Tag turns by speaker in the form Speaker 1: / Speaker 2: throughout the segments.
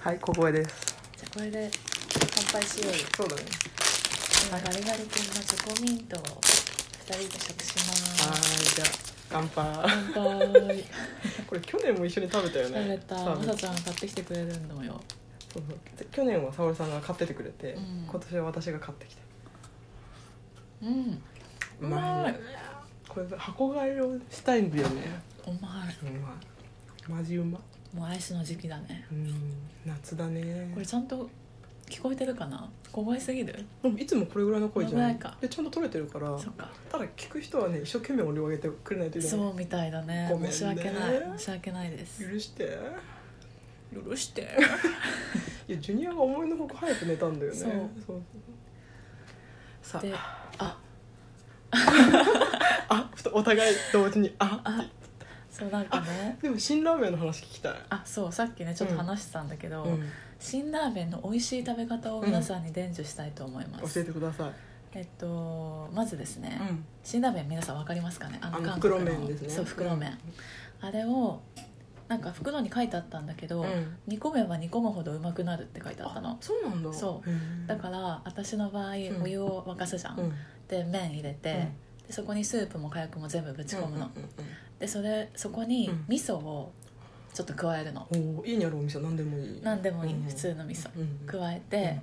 Speaker 1: はい小声です
Speaker 2: じゃあこれで乾杯しようよ
Speaker 1: そうだね
Speaker 2: 今ガリガリ君のチョコミントを二人で食しま
Speaker 1: は
Speaker 2: す
Speaker 1: ーいじゃあ乾杯
Speaker 2: 乾杯
Speaker 1: これ去年も一緒に食べたよね
Speaker 2: 食べた
Speaker 1: サー
Speaker 2: ま
Speaker 1: モン
Speaker 2: さちゃんが買ってきてくれるのよ
Speaker 1: そうそうで去年は沙織さんが買っててくれて、
Speaker 2: うん
Speaker 1: 今年は私が買ってきて
Speaker 2: うんうまい
Speaker 1: これ箱買いをしたいんだよね
Speaker 2: うま
Speaker 1: うまいマジうま
Speaker 2: いもうアイスの時期だね
Speaker 1: うん夏だね
Speaker 2: これちゃんと聞こえてるかな小声すぎる
Speaker 1: でもいつもこれぐらいの声じゃない
Speaker 2: これぐらいか
Speaker 1: でちゃんと取れてるから
Speaker 2: そっか
Speaker 1: ただ聞く人はね一生懸命俺を上げてくれないといけない
Speaker 2: そうみたいだね
Speaker 1: ごめんね
Speaker 2: 申し訳ない申し訳ないです
Speaker 1: 許して
Speaker 2: 許して
Speaker 1: いやジュニアが思いのほか早く寝たんだよね
Speaker 2: そう
Speaker 1: そうさ
Speaker 2: で
Speaker 1: あ
Speaker 2: あ
Speaker 1: あふとお互い同時にあ
Speaker 2: あそうなんかね
Speaker 1: でも辛ラーメンの話聞きたい
Speaker 2: あそうさっきねちょっと話してたんだけど、
Speaker 1: うん
Speaker 2: 辛ラーメンの美味しい食べ方を皆さんに伝授したいと思います、
Speaker 1: 教えてください
Speaker 2: えっとまずですね、
Speaker 1: うん
Speaker 2: 辛ラーメン皆さん分かりますかねあ
Speaker 1: あ
Speaker 2: の
Speaker 1: の
Speaker 2: 韓国
Speaker 1: 袋
Speaker 2: の
Speaker 1: 麺ですね
Speaker 2: そう袋麺、あれをなんか袋に書いてあったんだけど、
Speaker 1: うん
Speaker 2: 煮込めば煮込むほどうまくなるって書いてあったの
Speaker 1: そうなんだ
Speaker 2: そう
Speaker 1: へー
Speaker 2: だから私の場合
Speaker 1: ん
Speaker 2: お湯を沸かすじゃん、
Speaker 1: うん
Speaker 2: で麺入れて、
Speaker 1: うん
Speaker 2: でそこにスープも火薬も全部ぶち込むの、
Speaker 1: うんうんうんうん
Speaker 2: でそれそこに
Speaker 1: うん
Speaker 2: 味噌をちょっと加えるの、
Speaker 1: おー家にあるお店は何でもいい
Speaker 2: 何でもいい、
Speaker 1: うん
Speaker 2: 普通の味噌、
Speaker 1: うん
Speaker 2: 加えて、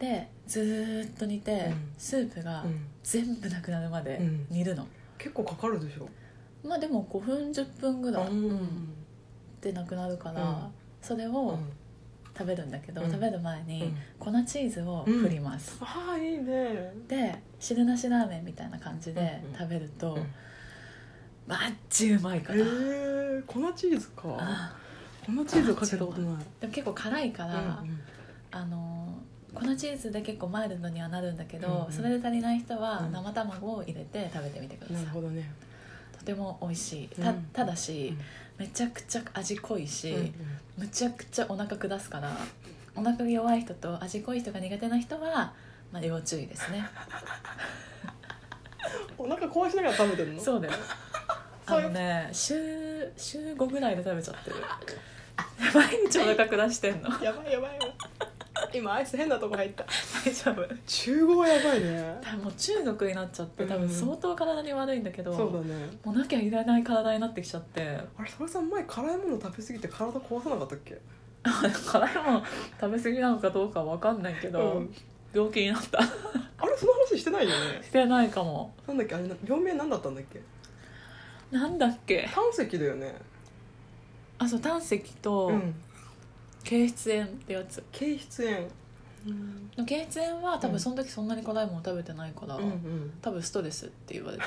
Speaker 2: でずーっと煮て、
Speaker 1: うん
Speaker 2: スープが
Speaker 1: うん
Speaker 2: 全部なくなるまで
Speaker 1: うん
Speaker 2: 煮るの、
Speaker 1: 結構かかるでしょ
Speaker 2: まあでも5分10分ぐらい、
Speaker 1: うん
Speaker 2: うんでなくなるから、
Speaker 1: うん
Speaker 2: それ
Speaker 1: う
Speaker 2: を
Speaker 1: ん
Speaker 2: 食べるんだけど、
Speaker 1: うん
Speaker 2: 食べる前に粉チーズを
Speaker 1: うん
Speaker 2: 振ります、
Speaker 1: ああいいね
Speaker 2: で汁なしラーメンみたいな感じで
Speaker 1: うん
Speaker 2: 食べると、
Speaker 1: うん
Speaker 2: マッチうまい
Speaker 1: へ
Speaker 2: から、
Speaker 1: え粉チーズか
Speaker 2: あ
Speaker 1: 粉チーズかけたことない
Speaker 2: ーでも結構辛いから、
Speaker 1: うん
Speaker 2: あのー粉チーズで結構マイルドにはなるんだけど、
Speaker 1: うんうん
Speaker 2: それで足りない人は
Speaker 1: うん
Speaker 2: 生卵を入れて食べてみてく
Speaker 1: う
Speaker 2: だ
Speaker 1: んな
Speaker 2: さい
Speaker 1: る、ほどね
Speaker 2: とても美味しいた
Speaker 1: うん
Speaker 2: ただし、めちゃくちゃ味濃いし、
Speaker 1: うん
Speaker 2: むちゃくちゃお腹下すからお腹が弱い人と味濃い人が苦手な人は、まあ、要注意です ね
Speaker 1: お腹壊しながら食べてるの
Speaker 2: そうだよ
Speaker 1: そう
Speaker 2: あ
Speaker 1: いう
Speaker 2: のね週週5ぐらいで食べちゃってる 毎日お腹下して んの
Speaker 1: やばいやばいやばい今アイス変なとこ入った
Speaker 2: 大丈夫
Speaker 1: 中国はやばいね
Speaker 2: もう中毒になっちゃって多分相当体に悪いんだけど、
Speaker 1: そうだね
Speaker 2: もうなきゃいられない体になってきちゃって
Speaker 1: あれ佐々木さん前辛いもの食べ過ぎて体壊さなかったっけ
Speaker 2: 辛いもの食べ過ぎなのかどうかわかんないけど、
Speaker 1: うん
Speaker 2: 病気になった し
Speaker 1: あれその話してないよね
Speaker 2: てないかも
Speaker 1: なんだっけあれな病名なんだったんだっけ
Speaker 2: なんだっけ
Speaker 1: 胆石だよね
Speaker 2: あそう胆石と
Speaker 1: うん
Speaker 2: 経質炎ってやつ
Speaker 1: 軽質炎うん
Speaker 2: の経質炎は多
Speaker 1: う
Speaker 2: 分
Speaker 1: ん
Speaker 2: その時そんなに辛いもの食べてないから、
Speaker 1: うん
Speaker 2: 多分ストレスって言わ れて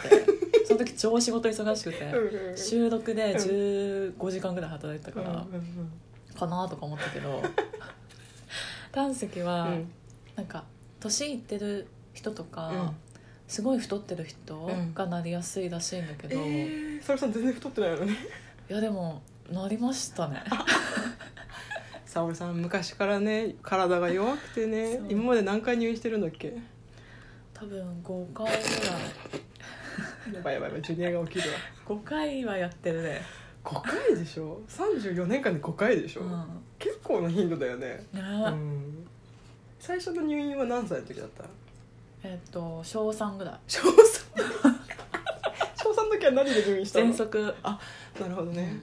Speaker 2: その時超仕事忙しくて、
Speaker 1: うん
Speaker 2: 収録で15時間ぐらい働いてたから、
Speaker 1: うんうん
Speaker 2: かなとか思ったけど 胆石は、
Speaker 1: うん
Speaker 2: なんか年いってる人とか、
Speaker 1: うん
Speaker 2: すごい太ってる人
Speaker 1: うん
Speaker 2: がなりやすいらしいんだけ
Speaker 1: え
Speaker 2: ど、
Speaker 1: ー、佐々木さん全然太ってないのね
Speaker 2: いやでもなりましたね
Speaker 1: 沙織さん昔からね体が弱くてね
Speaker 2: そう
Speaker 1: 今まで何回入院してるんだっけ
Speaker 2: 多分5回ぐらい
Speaker 1: やばいやばいやばいジュニアが起きるわ
Speaker 2: 5回はやってるね
Speaker 1: 5回でしょ34年間で5回でしょ、
Speaker 2: うん
Speaker 1: 結構な頻度だよね、
Speaker 2: ね、
Speaker 1: うん、最初の入院は何歳の時だ った
Speaker 2: えっと小3ぐらい
Speaker 1: 小3小3の時は何で入院したの
Speaker 2: 全息
Speaker 1: なるほどね、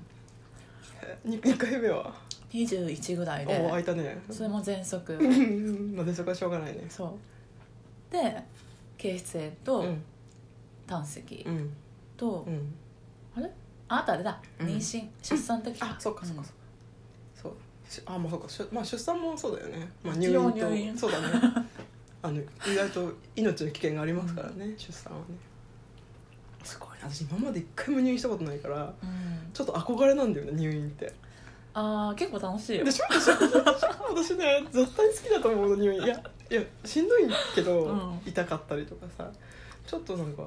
Speaker 1: 二 2, 回目は
Speaker 2: 21ぐらい
Speaker 1: おお空
Speaker 2: で
Speaker 1: いたね
Speaker 2: それも全息
Speaker 1: うん まあでそこはしょうがないね
Speaker 2: そうで憩室炎と
Speaker 1: うん
Speaker 2: 胆石
Speaker 1: うん
Speaker 2: と、
Speaker 1: うん
Speaker 2: あれああとあれだ
Speaker 1: うん
Speaker 2: 妊娠、出産の時
Speaker 1: あそうかそうかそ
Speaker 2: か、
Speaker 1: うそうしあまあそうかしゅまあ出産もそうだよね、まあ、
Speaker 2: 一応入院
Speaker 1: そう だねあの意外と命の危険がありますからね、出産はねすごいな私今まで一回も入院したことないから
Speaker 2: うんうん
Speaker 1: ちょっと憧れなんだよね入院って
Speaker 2: ああ結構楽しいよ
Speaker 1: でしょでしょでしょ私ね絶対好きだと思うの入院いやいやしんどいけど、
Speaker 2: うん
Speaker 1: 痛かったりとかさちょっとなんか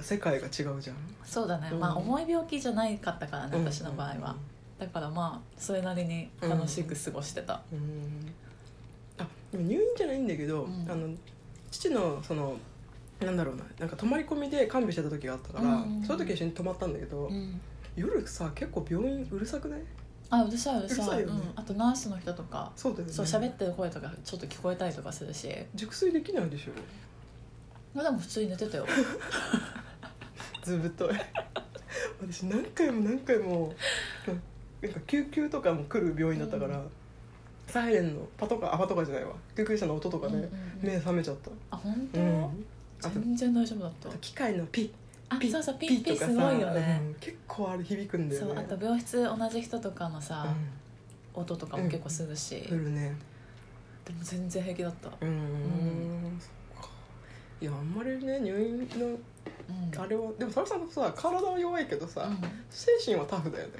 Speaker 1: 世界が違うじゃん
Speaker 2: そうだね、
Speaker 1: うん
Speaker 2: まあ重い病気じゃないかったからね私の場合は、
Speaker 1: うんうんうん
Speaker 2: だからまあそれなりに楽しく過ごしてた、
Speaker 1: うんあでも入院じゃないんだけど、
Speaker 2: うん
Speaker 1: あの父のそのなんだろうななんか泊まり込みで看病してた時があったから、
Speaker 2: うん
Speaker 1: その時は一緒に泊まったんだけど、
Speaker 2: うん
Speaker 1: 夜さ結構病院うるさくない
Speaker 2: あうるさいうるさいう
Speaker 1: るさいよね
Speaker 2: ん、あとナースの人とか
Speaker 1: そうだよね
Speaker 2: そう喋ってる声とかちょっと聞こえたりとかするし
Speaker 1: 熟睡できないでしょ
Speaker 2: まあでも普通に寝てたよ
Speaker 1: ずぶとい 私何回も何回もなんか救急とかも来る病院だったから、
Speaker 2: う
Speaker 1: サイレンのパトカーあパトカーじゃないわ救急車の音とかで、
Speaker 2: うんうんうん
Speaker 1: 目覚めちゃっ
Speaker 2: あ本当、
Speaker 1: た、うん、あと
Speaker 2: 全然大丈夫だっ
Speaker 1: あ
Speaker 2: た
Speaker 1: と機械のピ
Speaker 2: あ
Speaker 1: ピ
Speaker 2: そうそうピッピすごいよ
Speaker 1: う
Speaker 2: ね、
Speaker 1: ん結構あれ響くんだよ
Speaker 2: そう
Speaker 1: ね
Speaker 2: あと病室同じ人とかのさ、音とかも結構するし、
Speaker 1: うん、するね
Speaker 2: でも全然平気だった、
Speaker 1: うん、そっかいやあんまりね入院の
Speaker 2: うん、
Speaker 1: あれはでもサラさんもさ体は弱いけどさ、精神はタフだよね、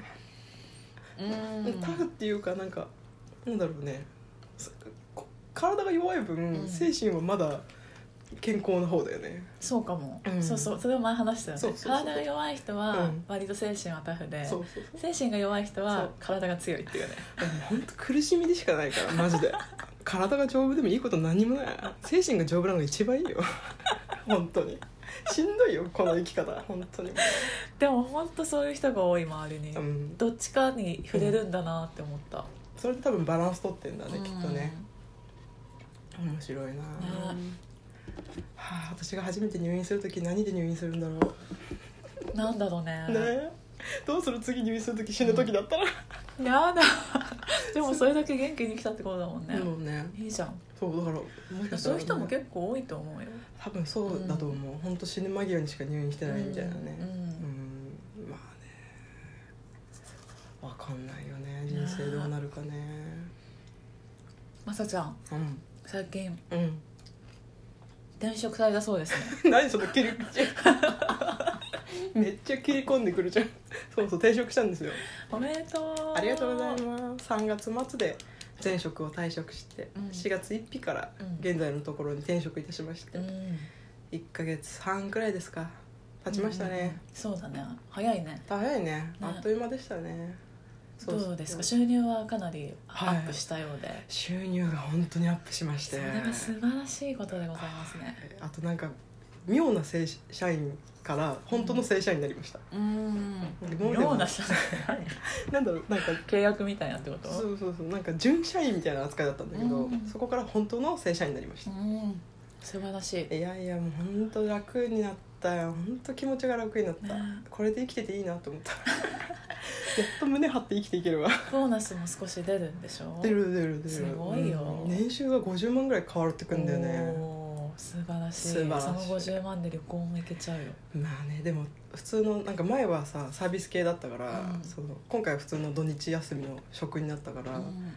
Speaker 2: うん、うん
Speaker 1: タフっていうかなんかなんだろうねすこ体が弱い分、
Speaker 2: うん
Speaker 1: 精神はまだ健康な方だよね
Speaker 2: そうかも、
Speaker 1: うん
Speaker 2: そうそうそれを前話したよね
Speaker 1: そうそうそう
Speaker 2: 体が弱い人
Speaker 1: う
Speaker 2: は
Speaker 1: ん
Speaker 2: 割と精神はタフで、
Speaker 1: そうそうそう
Speaker 2: 精神が弱い人
Speaker 1: そ
Speaker 2: は
Speaker 1: う
Speaker 2: 体が強いっていうね
Speaker 1: 本当苦しみでしかないからマジで 体が丈夫でもいいこと何もない精神が丈夫なのが一番いいよ 本当にしんどいよこの生き方本当に
Speaker 2: でも本当そういう人が多い周りに、
Speaker 1: うん
Speaker 2: どっちかに触れるんだなって思った、
Speaker 1: それで多分バランス取ってんだね、
Speaker 2: うん
Speaker 1: きっとね面白いな、はあ、私が初めて入院する時何で入院するんだろ
Speaker 2: なんだろうね
Speaker 1: うねえどうする次入院する時死ぬ時だったら、
Speaker 2: やだ でもそれだけ元気に来たってことだもんね、
Speaker 1: もね
Speaker 2: いいじゃん
Speaker 1: そうだからもしかした
Speaker 2: そう
Speaker 1: ら
Speaker 2: いう人も結構多いと思うよ
Speaker 1: 多分そうだと思う、本当死ぬ間際にしか入院してないみたいなね
Speaker 2: う
Speaker 1: うん
Speaker 2: ん
Speaker 1: まあねわかんないよね人生どうなるかね
Speaker 2: まさちゃん
Speaker 1: うん
Speaker 2: 最近
Speaker 1: うん
Speaker 2: 転職されたそうですね
Speaker 1: 何その切り口 めっちゃ切り込んでくるじゃんそうそう転職したんですよ
Speaker 2: おめでとう
Speaker 1: ありがとうございます3月末で前職を退職して、
Speaker 2: うん
Speaker 1: 4月1日から
Speaker 2: うん
Speaker 1: 現在のところに転職いたしまして、
Speaker 2: うん
Speaker 1: 1ヶ月半くらいですか経ちましたね、
Speaker 2: うんそうだね早いね
Speaker 1: 早いねあっという間でしたねそう
Speaker 2: どうですか収入はかなりア
Speaker 1: はい
Speaker 2: ップしたようで、
Speaker 1: 収入が本当にアップしまし
Speaker 2: そ
Speaker 1: て
Speaker 2: れが素晴らしいことでございますね
Speaker 1: あとなんか妙な正社員から本当の正社員になりました、
Speaker 2: うん
Speaker 1: もうでも
Speaker 2: 妙な社会
Speaker 1: なんだろうなんか
Speaker 2: 契約みたいなってこと
Speaker 1: そうそうそうなんか準社員みたいな扱いだったんだけど、
Speaker 2: うん
Speaker 1: そこから本当の正社員になりました、
Speaker 2: ん素晴らしい
Speaker 1: いやいやもう本当楽になったよ本当気持ちが楽になった、
Speaker 2: ね
Speaker 1: これで生きてていいなと思った やっと胸張って生きてい けるわ
Speaker 2: ボーナスも少し出るんでしょ
Speaker 1: 出る出る出る
Speaker 2: すごいよ
Speaker 1: うん年収が50万ぐらい変わってくんだよね
Speaker 2: おー素晴らしい
Speaker 1: 素晴らしい
Speaker 2: その50万で旅行も行けちゃうよ
Speaker 1: まあねでも普通のなんか前はさサービス系だったから、
Speaker 2: うん
Speaker 1: その今回は普通の土日休みの職になったから、
Speaker 2: うん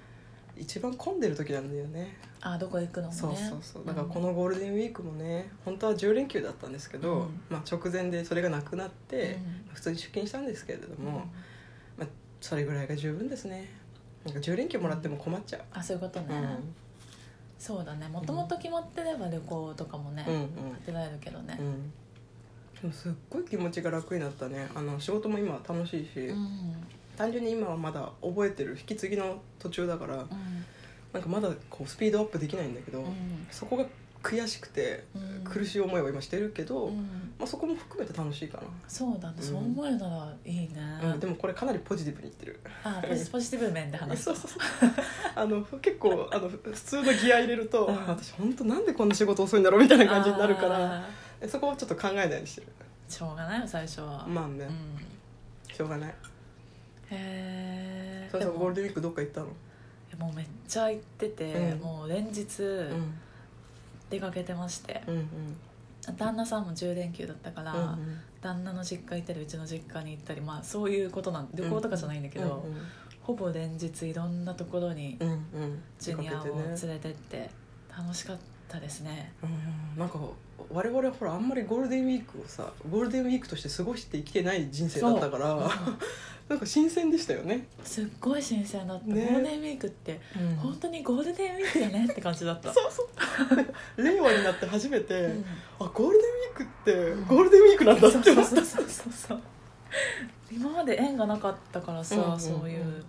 Speaker 1: 一番混んでる時なんだよね
Speaker 2: あどこ行くのもね
Speaker 1: そうそうそうだからこ
Speaker 2: うん
Speaker 1: のゴールデンウィークもね本当は10連休だったんですけど、
Speaker 2: うん
Speaker 1: まあ、直前でそれがなくなって、
Speaker 2: う
Speaker 1: 普通に出勤したんですけれど
Speaker 2: ん
Speaker 1: も、まあ、それぐらいが十分ですねなんか10連休もらっても困っちゃう、
Speaker 2: あそういうことね、
Speaker 1: うん
Speaker 2: そうだねもともと決まってれば旅行とかもね、
Speaker 1: うんうん
Speaker 2: 出られるけどね
Speaker 1: う、んでもすっごい気持ちが楽になったねあの仕事も今楽しいし、
Speaker 2: うん
Speaker 1: 単純に今はまだ覚えてる引き継ぎの途中だから
Speaker 2: うん
Speaker 1: なんかまだこうスピードアップできないんだけど、
Speaker 2: うん
Speaker 1: そこが悔しくて
Speaker 2: うん
Speaker 1: 苦しい思いを今してるけど、
Speaker 2: うん
Speaker 1: まあ、そこも含めて楽しいか
Speaker 2: そうだね、そう思えるならいいね、
Speaker 1: な、うんでもこれかなりポジティブにいってる
Speaker 2: あポジポジティブ面で話す
Speaker 1: そうそうそうあの結構あの普通のギア入れると、
Speaker 2: うん
Speaker 1: あ私本当なんでこんな仕事遅いんだろうみたいな感じになるか
Speaker 2: あ
Speaker 1: らそこをちょっと考えないようにしてる
Speaker 2: ーしょうがないよ最初は、
Speaker 1: まあね、
Speaker 2: うん、
Speaker 1: しょうがない
Speaker 2: へえ
Speaker 1: それさ
Speaker 2: でも
Speaker 1: ゴールデンウィークどっか行ったの、
Speaker 2: もうめっちゃ行ってて、
Speaker 1: うん
Speaker 2: もう連日
Speaker 1: うん
Speaker 2: 出かけてまして、
Speaker 1: うんうん
Speaker 2: 旦那さんも10連休だったから、
Speaker 1: うんうん
Speaker 2: 旦那の実家行ったりうちの実家に行ったりまあそういうことなん旅行とかじゃないんだけど、ほぼ連日いろんなところに
Speaker 1: うんうんうんうん
Speaker 2: ジュニアを
Speaker 1: 出か
Speaker 2: 連
Speaker 1: けてね
Speaker 2: れてって楽しかったですね
Speaker 1: うんなんか我々ほらあんまりゴールデンウィークをさゴールデンウィークとして過ごして生きてない人生だったから なんか新鮮でしたよね、
Speaker 2: すっごい新鮮だった、
Speaker 1: ね
Speaker 2: ゴールデンウィークって本当にゴールデンウィークだねって感じだった
Speaker 1: そうそう 令和になって初めて、
Speaker 2: うん
Speaker 1: あゴールデンウィークってゴールデンウィークなんだ
Speaker 2: そ
Speaker 1: っ
Speaker 2: うそ
Speaker 1: て
Speaker 2: う
Speaker 1: 思っ
Speaker 2: そ
Speaker 1: た
Speaker 2: うそうそうそう今まで縁がなかったからさ、
Speaker 1: うんうんうん
Speaker 2: そういう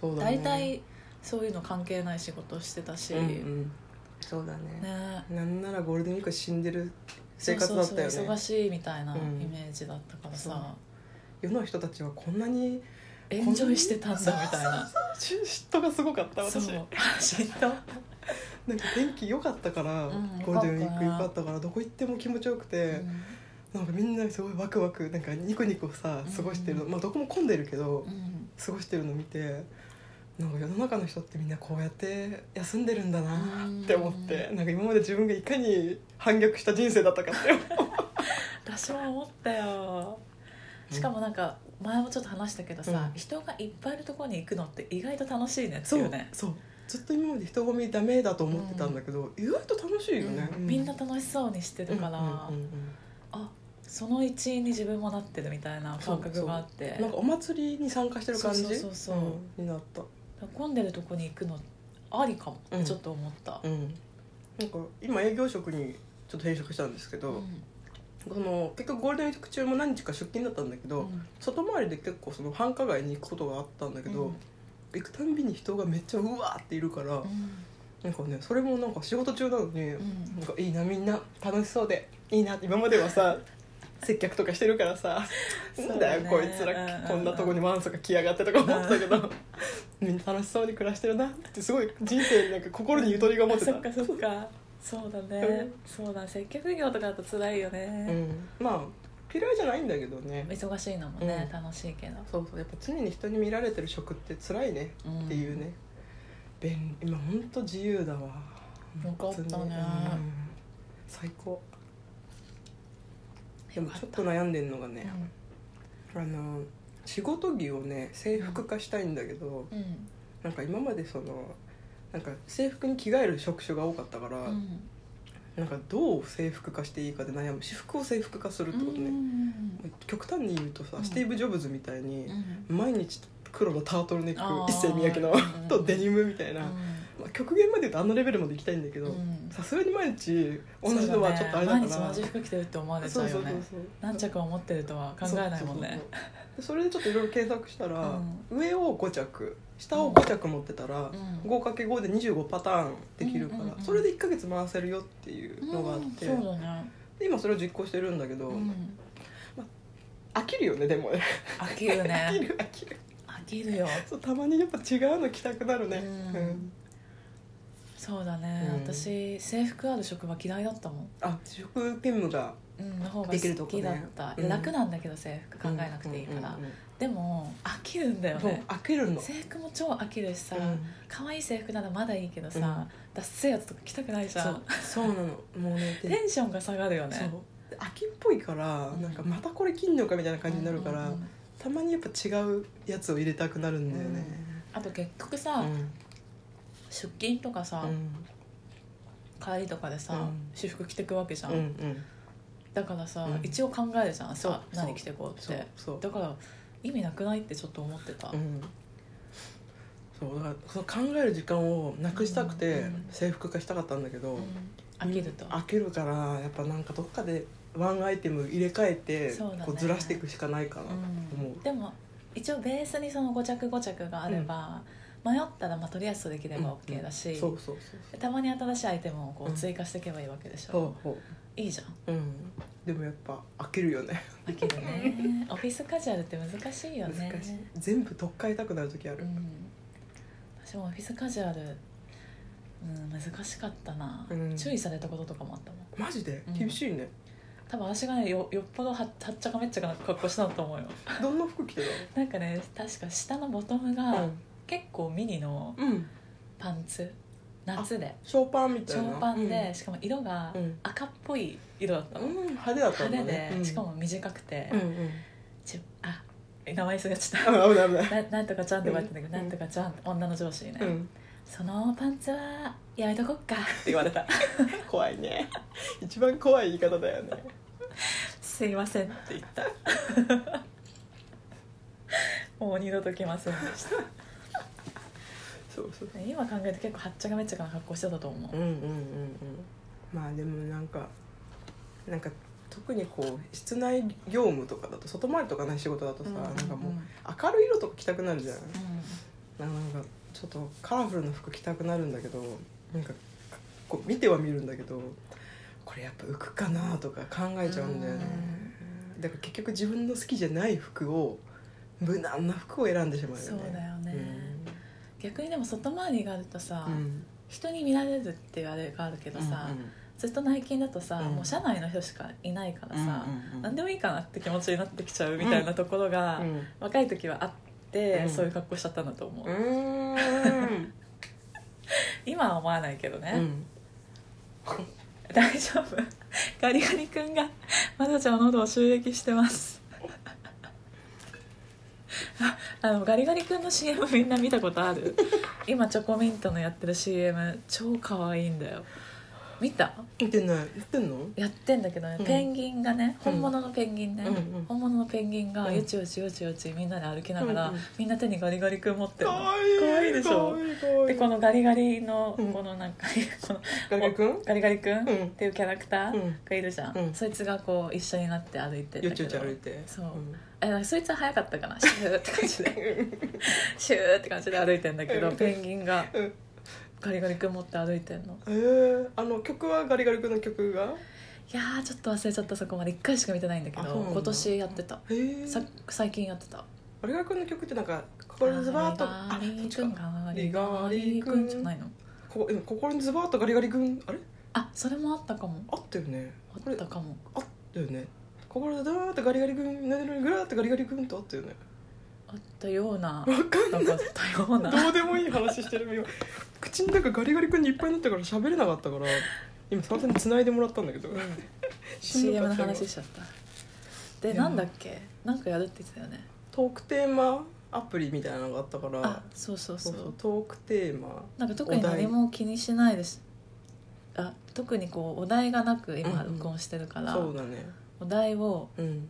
Speaker 1: そうだね
Speaker 2: 大体そういうの関係ない仕事をしてたし、
Speaker 1: うんうんそうだね
Speaker 2: ね
Speaker 1: なんならゴールデンウィークは死んでる生活だったよね
Speaker 2: そうそうそう忙しいみたいなイ
Speaker 1: うん
Speaker 2: メージだったからさ、
Speaker 1: 世の人たちはこんなに
Speaker 2: エンジョイしてたんだみたいな
Speaker 1: 嫉妬がすごかった
Speaker 2: そう
Speaker 1: 私
Speaker 2: 嫉妬
Speaker 1: なんか天気良かったから、
Speaker 2: うん
Speaker 1: ゴールデンウィーク
Speaker 2: 良
Speaker 1: 良
Speaker 2: かった
Speaker 1: かったからどこ行っても気持ちよくて、なんかみんなすごいワクワクなんかニコニコさ過ごしてるの、
Speaker 2: うん
Speaker 1: まあどこも混んでるけど、
Speaker 2: うん
Speaker 1: 過ごしてるの見てなんか世の中の人ってみんなこうやって休んでるんだなって思って、
Speaker 2: う
Speaker 1: なんか今まで自分がいかに反逆した人生だったかって
Speaker 2: 私も思ったよしかもなんか前もちょっと話したけどさ、
Speaker 1: うん
Speaker 2: 人がいっぱいいるところに行くのって意外と楽しいねって
Speaker 1: そ
Speaker 2: いううね
Speaker 1: そうずっと今まで人混みダメだと思ってたんだけど、意外と楽しいよね、
Speaker 2: うんみんな楽しそうにしてるから、
Speaker 1: うんうんうんうん
Speaker 2: あその一員に自分もなってるみたいな感覚があって
Speaker 1: なんかお祭りに参加してる感じ
Speaker 2: そうそうそうそうん
Speaker 1: になった、
Speaker 2: 混んでるとこに行くのありかもってちょっと思った、
Speaker 1: うん、なんか今営業職にちょっと転職したんですけ
Speaker 2: う
Speaker 1: ど、
Speaker 2: ん
Speaker 1: その結局ゴールデンウィーク中も何日か出勤だったんだけど、
Speaker 2: うん
Speaker 1: 外回りで結構その繁華街に行くことがあったんだけど、
Speaker 2: うん
Speaker 1: 行くたんびに人がめっちゃうわーっているから、なんかねそれもなんか仕事中なのに、
Speaker 2: ん
Speaker 1: なんかいいなみんな楽しそうでいいなって今まではさ接客とかしてるからさ「
Speaker 2: そう
Speaker 1: な
Speaker 2: だ
Speaker 1: ん
Speaker 2: ね
Speaker 1: だよこいつ
Speaker 2: うんうんう
Speaker 1: ら
Speaker 2: ん
Speaker 1: こんなとこにワンサか来やがって」とか思ってたけどみんな楽しそうに暮らしてるなってすごい人生になんか心にゆとりが持てた
Speaker 2: あそっかそっかそうだねそうだ接客業とかだと辛いよ
Speaker 1: う
Speaker 2: ね、
Speaker 1: ん、まあ嫌いじゃないんだけどね
Speaker 2: 忙しいのもね、
Speaker 1: うん
Speaker 2: 楽しいけど
Speaker 1: そうそうやっぱ常に人に見られてる職って辛いね
Speaker 2: うん
Speaker 1: っていうね、便今ほんと自由だわ
Speaker 2: よかったね
Speaker 1: 本当に最高で
Speaker 2: よ
Speaker 1: も
Speaker 2: かっ
Speaker 1: ち
Speaker 2: た
Speaker 1: ょっと悩んでんのが
Speaker 2: う
Speaker 1: ね、
Speaker 2: ん
Speaker 1: あの仕事着をね制服化したいんだけど、
Speaker 2: うん
Speaker 1: なんか今までそのなんか制服に着替える職種が多かったから、
Speaker 2: うん
Speaker 1: なんかどう制服化していいかで悩む私服を制服化するってことね、
Speaker 2: うん
Speaker 1: 極端に言うとさ、
Speaker 2: うん
Speaker 1: スティーブ・ジョブズみたいに
Speaker 2: う、ん
Speaker 1: 毎日黒のタートルネッ
Speaker 2: あ
Speaker 1: ク
Speaker 2: ー
Speaker 1: 一世三宅の
Speaker 2: うん
Speaker 1: とデニムみたいな、
Speaker 2: う
Speaker 1: まあ、極限まで言うとあのレベルまで行きたいんだけど
Speaker 2: ん
Speaker 1: さすがに毎日同じのはちょっとあれだから
Speaker 2: そうね毎日同じ服着てるって思われちゃうよね
Speaker 1: そうそうそうそう
Speaker 2: 何着を持ってるとは考えないもんね
Speaker 1: そうそうそうでそれでちょっといろいろ検索したら、上を5着下を
Speaker 2: うん
Speaker 1: 5着持ってたら、
Speaker 2: うん
Speaker 1: 5×5 で25パターンできるから、
Speaker 2: うんうんうんうん
Speaker 1: それで1ヶ月回せるよっていうのがあっ
Speaker 2: うん
Speaker 1: て、
Speaker 2: そうだね
Speaker 1: で今それを実行してるんだけど、
Speaker 2: うん
Speaker 1: 飽きるよねでもね
Speaker 2: 飽きる
Speaker 1: 飽き
Speaker 2: ね
Speaker 1: る飽きる
Speaker 2: 飽きるよ
Speaker 1: そうたまにやっぱ違うの着たくなるね、
Speaker 2: うん
Speaker 1: うん
Speaker 2: そうだね、
Speaker 1: うん
Speaker 2: 私制服ある職場嫌いだったもん、
Speaker 1: あ職務務が
Speaker 2: うん、の方が
Speaker 1: できると
Speaker 2: 好
Speaker 1: こね
Speaker 2: きだった、
Speaker 1: うん
Speaker 2: 楽なんだけど制服考えなくていいから、
Speaker 1: うんうんうん
Speaker 2: でも飽きるんだよ
Speaker 1: そう
Speaker 2: ね
Speaker 1: 開けるの
Speaker 2: 制服も超飽きるしさ、
Speaker 1: うん
Speaker 2: 可愛い制服ならまだいいけどさ、
Speaker 1: うん
Speaker 2: ダッセーやつとか着たくないじ
Speaker 1: そ
Speaker 2: ゃ
Speaker 1: うんそうなのもうね で
Speaker 2: テンションが下がるよね
Speaker 1: そうで秋っぽいから、
Speaker 2: うん
Speaker 1: なんかまたこれ切んのかみたいな感じになるから、
Speaker 2: うんうんうん
Speaker 1: たまにやっぱ違うやつを入れたくなるんだよね、
Speaker 2: あと結局
Speaker 1: う
Speaker 2: さ、
Speaker 1: ん
Speaker 2: 出勤とかさ、
Speaker 1: うん
Speaker 2: 帰りとかでさ、
Speaker 1: うん
Speaker 2: 私服着てくわけじゃん、
Speaker 1: うんうん
Speaker 2: だからさ、
Speaker 1: うん
Speaker 2: 一応考えるじゃん
Speaker 1: そう
Speaker 2: さ何着てこうっ
Speaker 1: そう
Speaker 2: て
Speaker 1: そう
Speaker 2: だから意味なくないってちょっと思ってた、
Speaker 1: うんそうだからその考える時間をなくしたくて、
Speaker 2: うん
Speaker 1: 制服化したかったんだけど、
Speaker 2: 飽きると、
Speaker 1: 飽きるからやっぱなんかどっかでワンアイテム入れ替えて
Speaker 2: そうだね
Speaker 1: こうずらしていくしかないかなと
Speaker 2: うん
Speaker 1: 思う、
Speaker 2: でも一応ベースにその5着5着があれば、迷ったらまあとりあえずできれば OK だし、
Speaker 1: そうそうそう
Speaker 2: たまに新しいアイテムをこ
Speaker 1: うん
Speaker 2: う追加していけばいいわけでし
Speaker 1: そ
Speaker 2: ょ、
Speaker 1: うそう
Speaker 2: いいじゃん
Speaker 1: うんでもやっぱ飽きるよね
Speaker 2: 飽きるねオフィスカジュアルって難しいよ
Speaker 1: 難
Speaker 2: ね
Speaker 1: しい全部取っ替えたくなる時あ
Speaker 2: う
Speaker 1: る、
Speaker 2: ん、私もオフィスカジュアル、うん、難しかったな、
Speaker 1: うん
Speaker 2: 注意されたこととかもあったもん
Speaker 1: マジで
Speaker 2: うん
Speaker 1: 厳しいね、
Speaker 2: 多分私がねよよっぽどははっちゃかめっちゃかな格好したんだと思うよ
Speaker 1: どんな服着て
Speaker 2: なんかね確か下のボトム
Speaker 1: た
Speaker 2: が
Speaker 1: の
Speaker 2: 結構ミニの
Speaker 1: うん、うん、
Speaker 2: パンツ夏で
Speaker 1: ショーパンみたい
Speaker 2: 長
Speaker 1: な
Speaker 2: パンで、しかも色が
Speaker 1: うん
Speaker 2: 赤っぽい色だった
Speaker 1: う
Speaker 2: の、
Speaker 1: ん、うん派手だったん
Speaker 2: 派
Speaker 1: だね
Speaker 2: 手で、
Speaker 1: うん
Speaker 2: しかも短くて、
Speaker 1: うんうん
Speaker 2: ちゅあ名前忘れちゃった
Speaker 1: あ危ない危ない
Speaker 2: ななんとかちゃんとか言ってたけど、
Speaker 1: うん
Speaker 2: なんとかちゃん女の上司にね、
Speaker 1: うん、
Speaker 2: そのパンツはやめとこっかって言われた
Speaker 1: 怖いね 一番怖い言い方だよね
Speaker 2: すいませんって言った もう二度と来ませんでし
Speaker 1: そうそう
Speaker 2: た今考えると結構はっちゃがめっちゃかな格好してたと思
Speaker 1: うんうんうんうんまあでもなんかなんか特にこう室内業務とかだと外回りとかない仕事だと
Speaker 2: う、
Speaker 1: さ、
Speaker 2: うん、
Speaker 1: なんかもう
Speaker 2: うん
Speaker 1: 明るい色とか着たくなるじゃんなんかちょっとカラフルな服着たくなるんだけどなんかこう見ては見るんだけどこれやっぱ浮くかなとか考えちゃうんだよねだから結局自分の好きじゃない服を無難な服を選んでしまうよね
Speaker 2: そうだよね逆にでも外回りがあるとさ、
Speaker 1: うんうん
Speaker 2: 人に見られるってあれがあるけどさ、
Speaker 1: うんうん
Speaker 2: ずっと内勤だとさ、
Speaker 1: うん
Speaker 2: もう社内の人しかいないからさ、
Speaker 1: うんうんうん
Speaker 2: 何でもいいかなって気持ちになってきちゃうみたいなところが、
Speaker 1: うん
Speaker 2: 若い時はあって、
Speaker 1: うん
Speaker 2: そういう格好しちゃったんだと思う、
Speaker 1: うーん
Speaker 2: 今は思わないけどね、
Speaker 1: うん
Speaker 2: 大丈夫ガリガリ君がまどちゃんの喉を襲撃してますああのガリガリ君の CM みんな見たことある今チョコミントのやってる CM 超可愛いんだよ見た
Speaker 1: 見てないやってんの
Speaker 2: やってんだけどね、
Speaker 1: うん
Speaker 2: ペンギンがね
Speaker 1: うん
Speaker 2: 本物のペンギンね、
Speaker 1: うんうん
Speaker 2: 本物のペンギン
Speaker 1: う
Speaker 2: が
Speaker 1: ん
Speaker 2: よちよちよちよちみんなで歩きながら、
Speaker 1: うんうん
Speaker 2: みんな手にガリガリ君持ってるの
Speaker 1: 可愛い
Speaker 2: 可愛いでしょ
Speaker 1: 可愛い可愛い
Speaker 2: でこのガリガリの
Speaker 1: うん
Speaker 2: このなんかこの
Speaker 1: ガリガリ君
Speaker 2: ガリガリ君っ
Speaker 1: うん
Speaker 2: ていうキャラクタ
Speaker 1: うん
Speaker 2: ーがいるじゃん、
Speaker 1: うん
Speaker 2: そいつがこう一緒になって歩いてん
Speaker 1: よ
Speaker 2: だ
Speaker 1: ち
Speaker 2: け
Speaker 1: よち
Speaker 2: ど
Speaker 1: 歩いて
Speaker 2: そうんえなんかそいつは早かったかなシューって感じ でシューって感じで歩いてんだけど
Speaker 1: うん
Speaker 2: ペンギンが
Speaker 1: うん
Speaker 2: ガリガリ君持って歩いてんの
Speaker 1: えー、あの曲はガリガリ君の曲が
Speaker 2: いやーちょっと忘れちゃったそこまで1回しか見てないんだけ
Speaker 1: あそうな
Speaker 2: ど
Speaker 1: んだ
Speaker 2: 今年やってた
Speaker 1: へえ
Speaker 2: さ最近やってた
Speaker 1: ガリガリ君の曲ってなんか心にズバーッとあ
Speaker 2: ガリガリ君ガリガ
Speaker 1: ガ
Speaker 2: リ
Speaker 1: リ
Speaker 2: 君
Speaker 1: 君
Speaker 2: じゃないの
Speaker 1: こうん心にズバーッとガリガリ君あれ
Speaker 2: あそれもあったかも
Speaker 1: あったよね
Speaker 2: あったかも
Speaker 1: あったよね心にズバーッとガリガリ君何々グラーってガリガリ君とあったよね
Speaker 2: あったよう な
Speaker 1: わかん
Speaker 2: な
Speaker 1: なんい
Speaker 2: かあったような
Speaker 1: どうでもいい話してる今口の中ガリガリ君にいっぱいになったから喋れなかったから今さんに繋いでもらったんだけ ど、
Speaker 2: うん
Speaker 1: しんど
Speaker 2: CM
Speaker 1: か
Speaker 2: の
Speaker 1: ったよ
Speaker 2: 話しちゃったで
Speaker 1: でも
Speaker 2: なんだっけなんかやるって言ってたよね
Speaker 1: トークテーマアプリみたいなのがあったから
Speaker 2: あそうそう
Speaker 1: そ
Speaker 2: そう
Speaker 1: そう
Speaker 2: う
Speaker 1: トークテーマ
Speaker 2: なんか特に何も気にしないですあ特にこうお題がなく今
Speaker 1: うんうん
Speaker 2: 録音してるから、
Speaker 1: そうだね
Speaker 2: お題を
Speaker 1: うん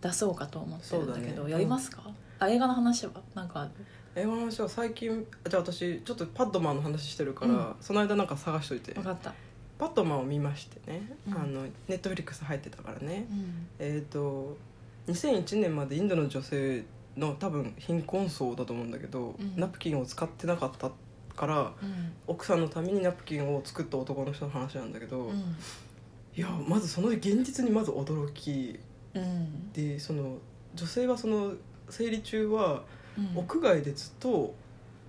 Speaker 2: 出そうかと思ってるんだけ
Speaker 1: そう
Speaker 2: ど
Speaker 1: だね
Speaker 2: やりますか、あ映画の話はなんかある
Speaker 1: 映画の話は最近じゃあ私ちょっとパッドマンの話してるから、
Speaker 2: うん
Speaker 1: その間なんか探しといて
Speaker 2: 分かった、
Speaker 1: パッドマンを見ましてね、
Speaker 2: うん
Speaker 1: あのネットフリックス入ってたからね
Speaker 2: うん
Speaker 1: えっ、と2001年までインドの女性の多分貧困層だと思うんだけど、
Speaker 2: うん
Speaker 1: ナプキンを使ってなかったか
Speaker 2: う
Speaker 1: ら
Speaker 2: ん
Speaker 1: 奥さんのためにナプキンを作った男の人の話なんだけど、
Speaker 2: う
Speaker 1: い
Speaker 2: ん
Speaker 1: やまずその現実にまず驚き
Speaker 2: うん
Speaker 1: でその女性はその生理中は屋外でずっとこ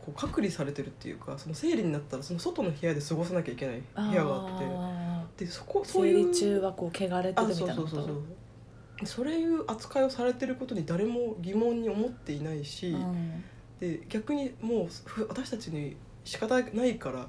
Speaker 1: う隔離されてるっていうかその生理になったらその外の部屋で過ごさなきゃいけない部屋があっ
Speaker 2: あって
Speaker 1: でそこ
Speaker 2: て
Speaker 1: そう
Speaker 2: 生
Speaker 1: い
Speaker 2: 理
Speaker 1: う
Speaker 2: 中はこう汚れて
Speaker 1: あ
Speaker 2: るみた
Speaker 1: そ
Speaker 2: いうな
Speaker 1: そ
Speaker 2: こ
Speaker 1: う
Speaker 2: と
Speaker 1: そうそうそれいう扱いをされてることに誰も疑問に思っていないし、
Speaker 2: うん
Speaker 1: で逆にもうふ私たちに仕方ないから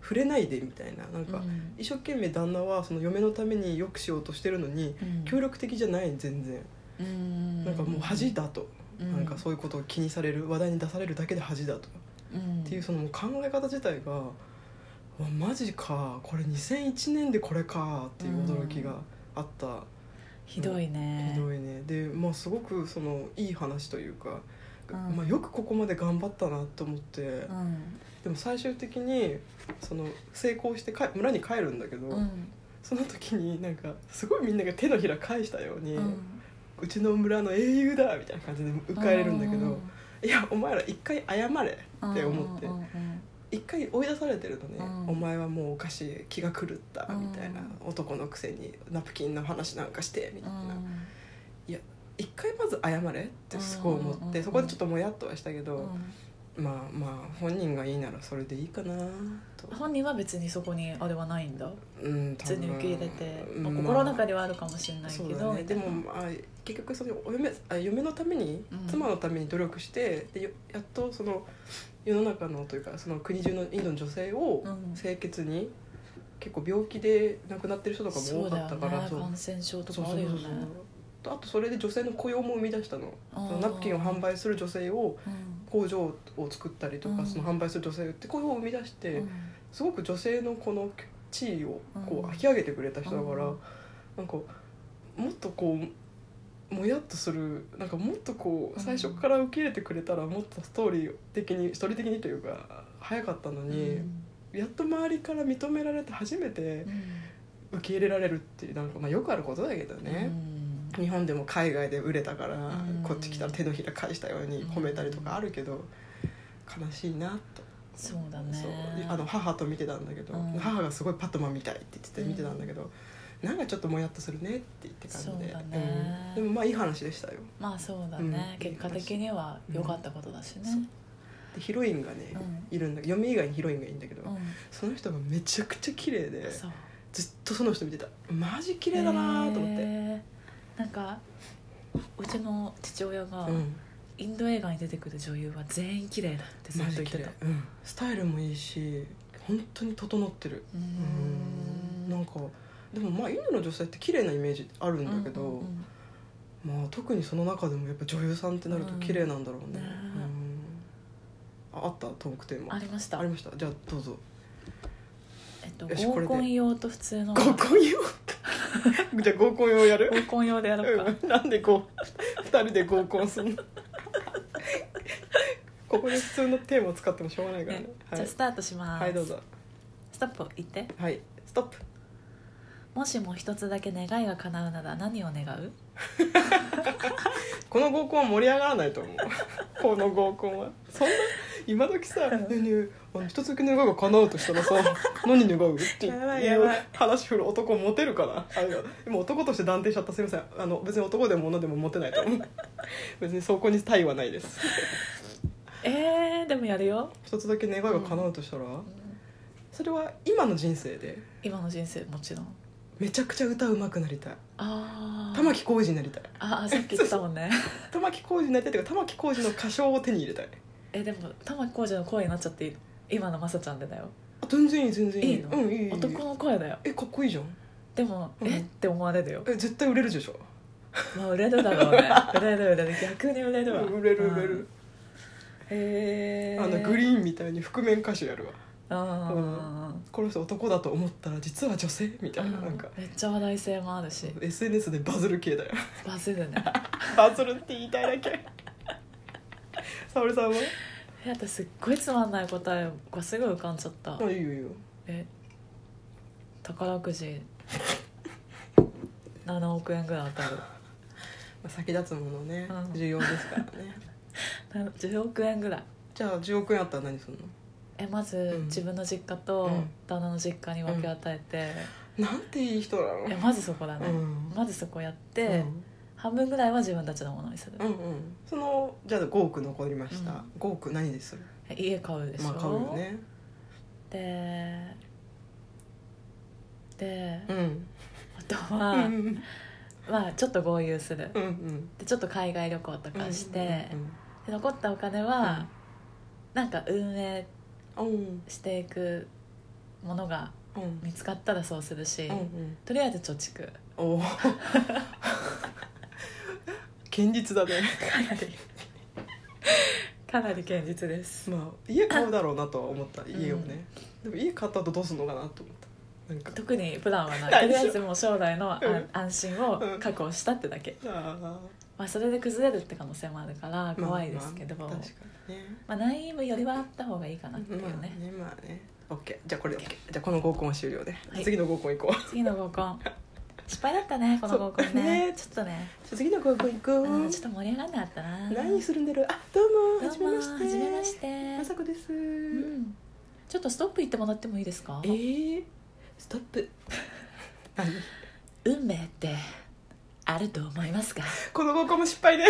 Speaker 1: 触れないでみたいななんか、
Speaker 2: うん
Speaker 1: 一生懸命旦那はその嫁のために良くしようとしてるのに
Speaker 2: うん
Speaker 1: 協力的じゃない全然、
Speaker 2: うん
Speaker 1: なんかもう恥だと、
Speaker 2: う
Speaker 1: なんかそういうことを気にされる話題に出されるだけで恥だと、
Speaker 2: うん
Speaker 1: っていうそのもう考え方自体がうわマジかこれ2001年でこれかっていう驚きがあった、
Speaker 2: ひどいね
Speaker 1: ひどいねでまあすごくそのいい話というか、
Speaker 2: うん
Speaker 1: まあ、よくここまで頑張ったなと思って、
Speaker 2: うん
Speaker 1: でも最終的にその成功してか村に帰るんだけど、
Speaker 2: うん
Speaker 1: その時になんかすごいみんなが手のひら返したように、
Speaker 2: う
Speaker 1: うんちの村の英雄だみたいな感じで迎えれるんだけど、いやお前ら一回謝れ
Speaker 2: うん
Speaker 1: って思って
Speaker 2: うんうん
Speaker 1: 一回追い出されてるのね、
Speaker 2: うん
Speaker 1: お前はもうおかしい気が狂ったみたいな、
Speaker 2: う
Speaker 1: 男のくせにナプキンの話なんかしてみ
Speaker 2: う
Speaker 1: たいな。
Speaker 2: ん
Speaker 1: 一回まず謝れってすごい思って、
Speaker 2: うんうんうん
Speaker 1: そこでちょっともやっとはしたけど、
Speaker 2: うん
Speaker 1: まあまあ本人がいいならそれでいいかなと
Speaker 2: 本人は別にそこにあれはないんだ
Speaker 1: うん
Speaker 2: 普通に受け入れて、まあ、
Speaker 1: うん
Speaker 2: 心の中ではあるかもしれ
Speaker 1: まあ
Speaker 2: ないけ
Speaker 1: そ
Speaker 2: ど、
Speaker 1: うだね
Speaker 2: みた
Speaker 1: で
Speaker 2: いな
Speaker 1: も、まあ、結局そのお嫁あ嫁のために、
Speaker 2: うん
Speaker 1: 妻のために努力してでよやっとその世の中のというかその国中のインドの女性を
Speaker 2: うん
Speaker 1: 清潔に、結構病気で亡くなってる人とかも
Speaker 2: そ
Speaker 1: 多
Speaker 2: うだ
Speaker 1: か
Speaker 2: よ
Speaker 1: った
Speaker 2: ね
Speaker 1: からそう
Speaker 2: 感染症と
Speaker 1: そう
Speaker 2: か
Speaker 1: そ
Speaker 2: あ
Speaker 1: う
Speaker 2: る
Speaker 1: そ
Speaker 2: よ
Speaker 1: う
Speaker 2: ね
Speaker 1: そうとあとそれで女性の雇用も生み出したの
Speaker 2: あー
Speaker 1: そのナプキンを販売する女性を
Speaker 2: うん
Speaker 1: 工場を作ったりとか、
Speaker 2: うん
Speaker 1: その販売する女性ってこういうのを生み出して、
Speaker 2: うん
Speaker 1: すごく女性のこの地位をこ
Speaker 2: うん
Speaker 1: う引き上げてくれた人だから、
Speaker 2: うん
Speaker 1: なんかもっとこうもやっとするなんかもっとこ
Speaker 2: う
Speaker 1: うん最初から受け入れてくれたらもっとストーリー的にストーリー的にというか早かったのに、やっと周りから認められて初めて受け入れられるっていうなんかまあよくあることだけど
Speaker 2: うん
Speaker 1: ね。日本でも海外で売れたから、
Speaker 2: うん
Speaker 1: こっち来たら手のひら返したように褒めたりとかあるけど、悲しいなと
Speaker 2: そうだね
Speaker 1: そうあの母と見てたんだけど、
Speaker 2: うん
Speaker 1: 母がすごいパットマンみたいって言ってて見てたんだけど、なんかちょっともやっとするねって言って感じで
Speaker 2: そうだね
Speaker 1: うんでもまあいい話でしたよ
Speaker 2: まあそうだね、
Speaker 1: うん
Speaker 2: 結果的には良かったことだしね、
Speaker 1: でヒロインがね、
Speaker 2: うん
Speaker 1: いるんだ嫁以外にヒロインがいいんだけど、
Speaker 2: うん
Speaker 1: その人がめちゃくちゃ綺麗で
Speaker 2: そう
Speaker 1: ずっとその人見てたマジ綺麗だなと思って、
Speaker 2: へーなんかうちの父親が
Speaker 1: うん
Speaker 2: インド映画に出てくる女優は全員綺麗だってずっ
Speaker 1: マ
Speaker 2: と
Speaker 1: ジ
Speaker 2: 言っ
Speaker 1: 綺
Speaker 2: て
Speaker 1: 麗
Speaker 2: た、
Speaker 1: うん、スタイルもいいし本当に整ってる
Speaker 2: うー
Speaker 1: うん
Speaker 2: ん
Speaker 1: なんかでもまあインドの女性って綺麗なイメージあるんだけど、
Speaker 2: うんうん
Speaker 1: まあ特にその中でもやっぱ女優さんってなると綺麗なんだろうね
Speaker 2: うんね、
Speaker 1: うんああったトークテー
Speaker 2: うん
Speaker 1: マ
Speaker 2: ありました
Speaker 1: ありましたじゃあどうぞ
Speaker 2: えっと、
Speaker 1: よしこれ
Speaker 2: 合
Speaker 1: で
Speaker 2: コン用と普通の
Speaker 1: 合
Speaker 2: 合
Speaker 1: コン用 じゃあ合コン用やる
Speaker 2: コン用でやろうか、
Speaker 1: うん、なんでこう2人で合コン すんのここで普通のテーマを使ってもしょうがないからね
Speaker 2: ね
Speaker 1: は
Speaker 2: じゃあ
Speaker 1: い
Speaker 2: ス、タートします、
Speaker 1: はい、どうぞ
Speaker 2: ストップ言って
Speaker 1: はいストップ
Speaker 2: もしも一つだけ願いが叶うなら何を願う
Speaker 1: この合コンは盛り上がらないと 思うこの合コンはそんな今時さ「ねえねえあの一つだけ願いが叶うとしたら さ何願う?」ってい
Speaker 2: やばいや
Speaker 1: う
Speaker 2: ばい
Speaker 1: 話振る男モテるからあれがでも男として断定しちゃったすいませんあの別に男でも女でもモテないと 思う別にそこに対はないです
Speaker 2: えー、でもやるよ
Speaker 1: 一つだけ願いが叶うとしたら、それは今の人生で
Speaker 2: 今の人生もちろん
Speaker 1: めちゃくちゃ歌うまくなりたい
Speaker 2: ああ
Speaker 1: 玉置浩二になりたい
Speaker 2: ああさっき言ったもんね
Speaker 1: 玉置浩二になりたいっていうか玉置浩二の歌唱を手に入れたい
Speaker 2: えでも玉置浩二の声になっちゃっていい今のまさちゃんでだよ
Speaker 1: あ全然いい全然いい
Speaker 2: いいの
Speaker 1: うんいいいい
Speaker 2: 男の声だよ
Speaker 1: えかっこいいじゃん
Speaker 2: でも、
Speaker 1: うん
Speaker 2: えって思われるよ
Speaker 1: え絶対売れるでしょ
Speaker 2: まあ売れるだろうね売れる売れる逆に売れるわ
Speaker 1: 売れる売れ
Speaker 2: うん
Speaker 1: る、
Speaker 2: へえ
Speaker 1: あのグリ
Speaker 2: ン
Speaker 1: ーンみたいに覆面歌手やるわ
Speaker 2: うんうんうん
Speaker 1: この人男だと思ったら実は女性みたいな
Speaker 2: うん
Speaker 1: なんか
Speaker 2: めっちゃ話題性もあるし
Speaker 1: SNS でバズる系だよ
Speaker 2: バズるね
Speaker 1: バズるって言いたいだけ沙織さんは
Speaker 2: え私すっごいつまんない答えがすぐ浮かんじゃった
Speaker 1: あいいよいいよ
Speaker 2: え宝くじ7億円ぐらい当たる
Speaker 1: まあ先立つものね
Speaker 2: うん
Speaker 1: 重要ですからね
Speaker 2: な10億円ぐらい
Speaker 1: じゃあ10億円あったら何する
Speaker 2: えまず、
Speaker 1: うん
Speaker 2: 自分の実家と
Speaker 1: うん
Speaker 2: 旦那の実家に分け与え
Speaker 1: のなんていい人なの
Speaker 2: て、えまずそこだね、
Speaker 1: うん
Speaker 2: まずそこやっ
Speaker 1: う
Speaker 2: て、
Speaker 1: ん
Speaker 2: 半分ぐらいは自分たちのものにする、
Speaker 1: うんうんそのじゃあ5億残りました、
Speaker 2: うん
Speaker 1: 5億何でする
Speaker 2: え家買うでしょ、
Speaker 1: まあ買うよね
Speaker 2: でで、
Speaker 1: うん
Speaker 2: あと
Speaker 1: う
Speaker 2: は、
Speaker 1: ん
Speaker 2: まあちょっと豪遊する、
Speaker 1: うんうん
Speaker 2: でちょっと海外旅行とかして、
Speaker 1: うん
Speaker 2: で残ったお金は、なんか運営
Speaker 1: うんうん
Speaker 2: していくものが
Speaker 1: うんうん
Speaker 2: 見つかったらそうするし、
Speaker 1: うんうん
Speaker 2: とりあえず貯蓄
Speaker 1: おお 堅実だね
Speaker 2: かなりかなり堅実です
Speaker 1: まあ家買うだろうなとは思った
Speaker 2: ん
Speaker 1: 家をね、でも家買った後どうすんのかなと思ったなんか
Speaker 2: 特にプランはな
Speaker 1: ない
Speaker 2: いとり
Speaker 1: でし
Speaker 2: あ
Speaker 1: ょ
Speaker 2: えずもう将来のあ
Speaker 1: うん
Speaker 2: 安心を
Speaker 1: うん
Speaker 2: 確保したってだけ、
Speaker 1: あ
Speaker 2: まあ、それで崩れるって可能性もあるから
Speaker 1: ーまあ
Speaker 2: 怖いですけど、ま
Speaker 1: ま
Speaker 2: あ
Speaker 1: あ確かにね
Speaker 2: 内部よりはあった方がいいかなっていうね,、
Speaker 1: まあねまあね OK じゃあこれで OK じゃあこの合コンは終了で、
Speaker 2: はい
Speaker 1: 次の合コン行こ
Speaker 2: 次の合コン失敗だったねこの合コン
Speaker 1: そう
Speaker 2: ね
Speaker 1: ね
Speaker 2: ちょっとね、
Speaker 1: う次の合コン行こう、
Speaker 2: うん、ちょっと盛り上がんなかったな
Speaker 1: 何するんだろうあどうも
Speaker 2: どう
Speaker 1: はじめ
Speaker 2: も
Speaker 1: まして
Speaker 2: はじめまして
Speaker 1: まさこです、
Speaker 2: うんちょっとストップ言ってもらってもいいですか
Speaker 1: えー、ストップ何
Speaker 2: 運命ってあると思いますか
Speaker 1: この合コンも失敗ね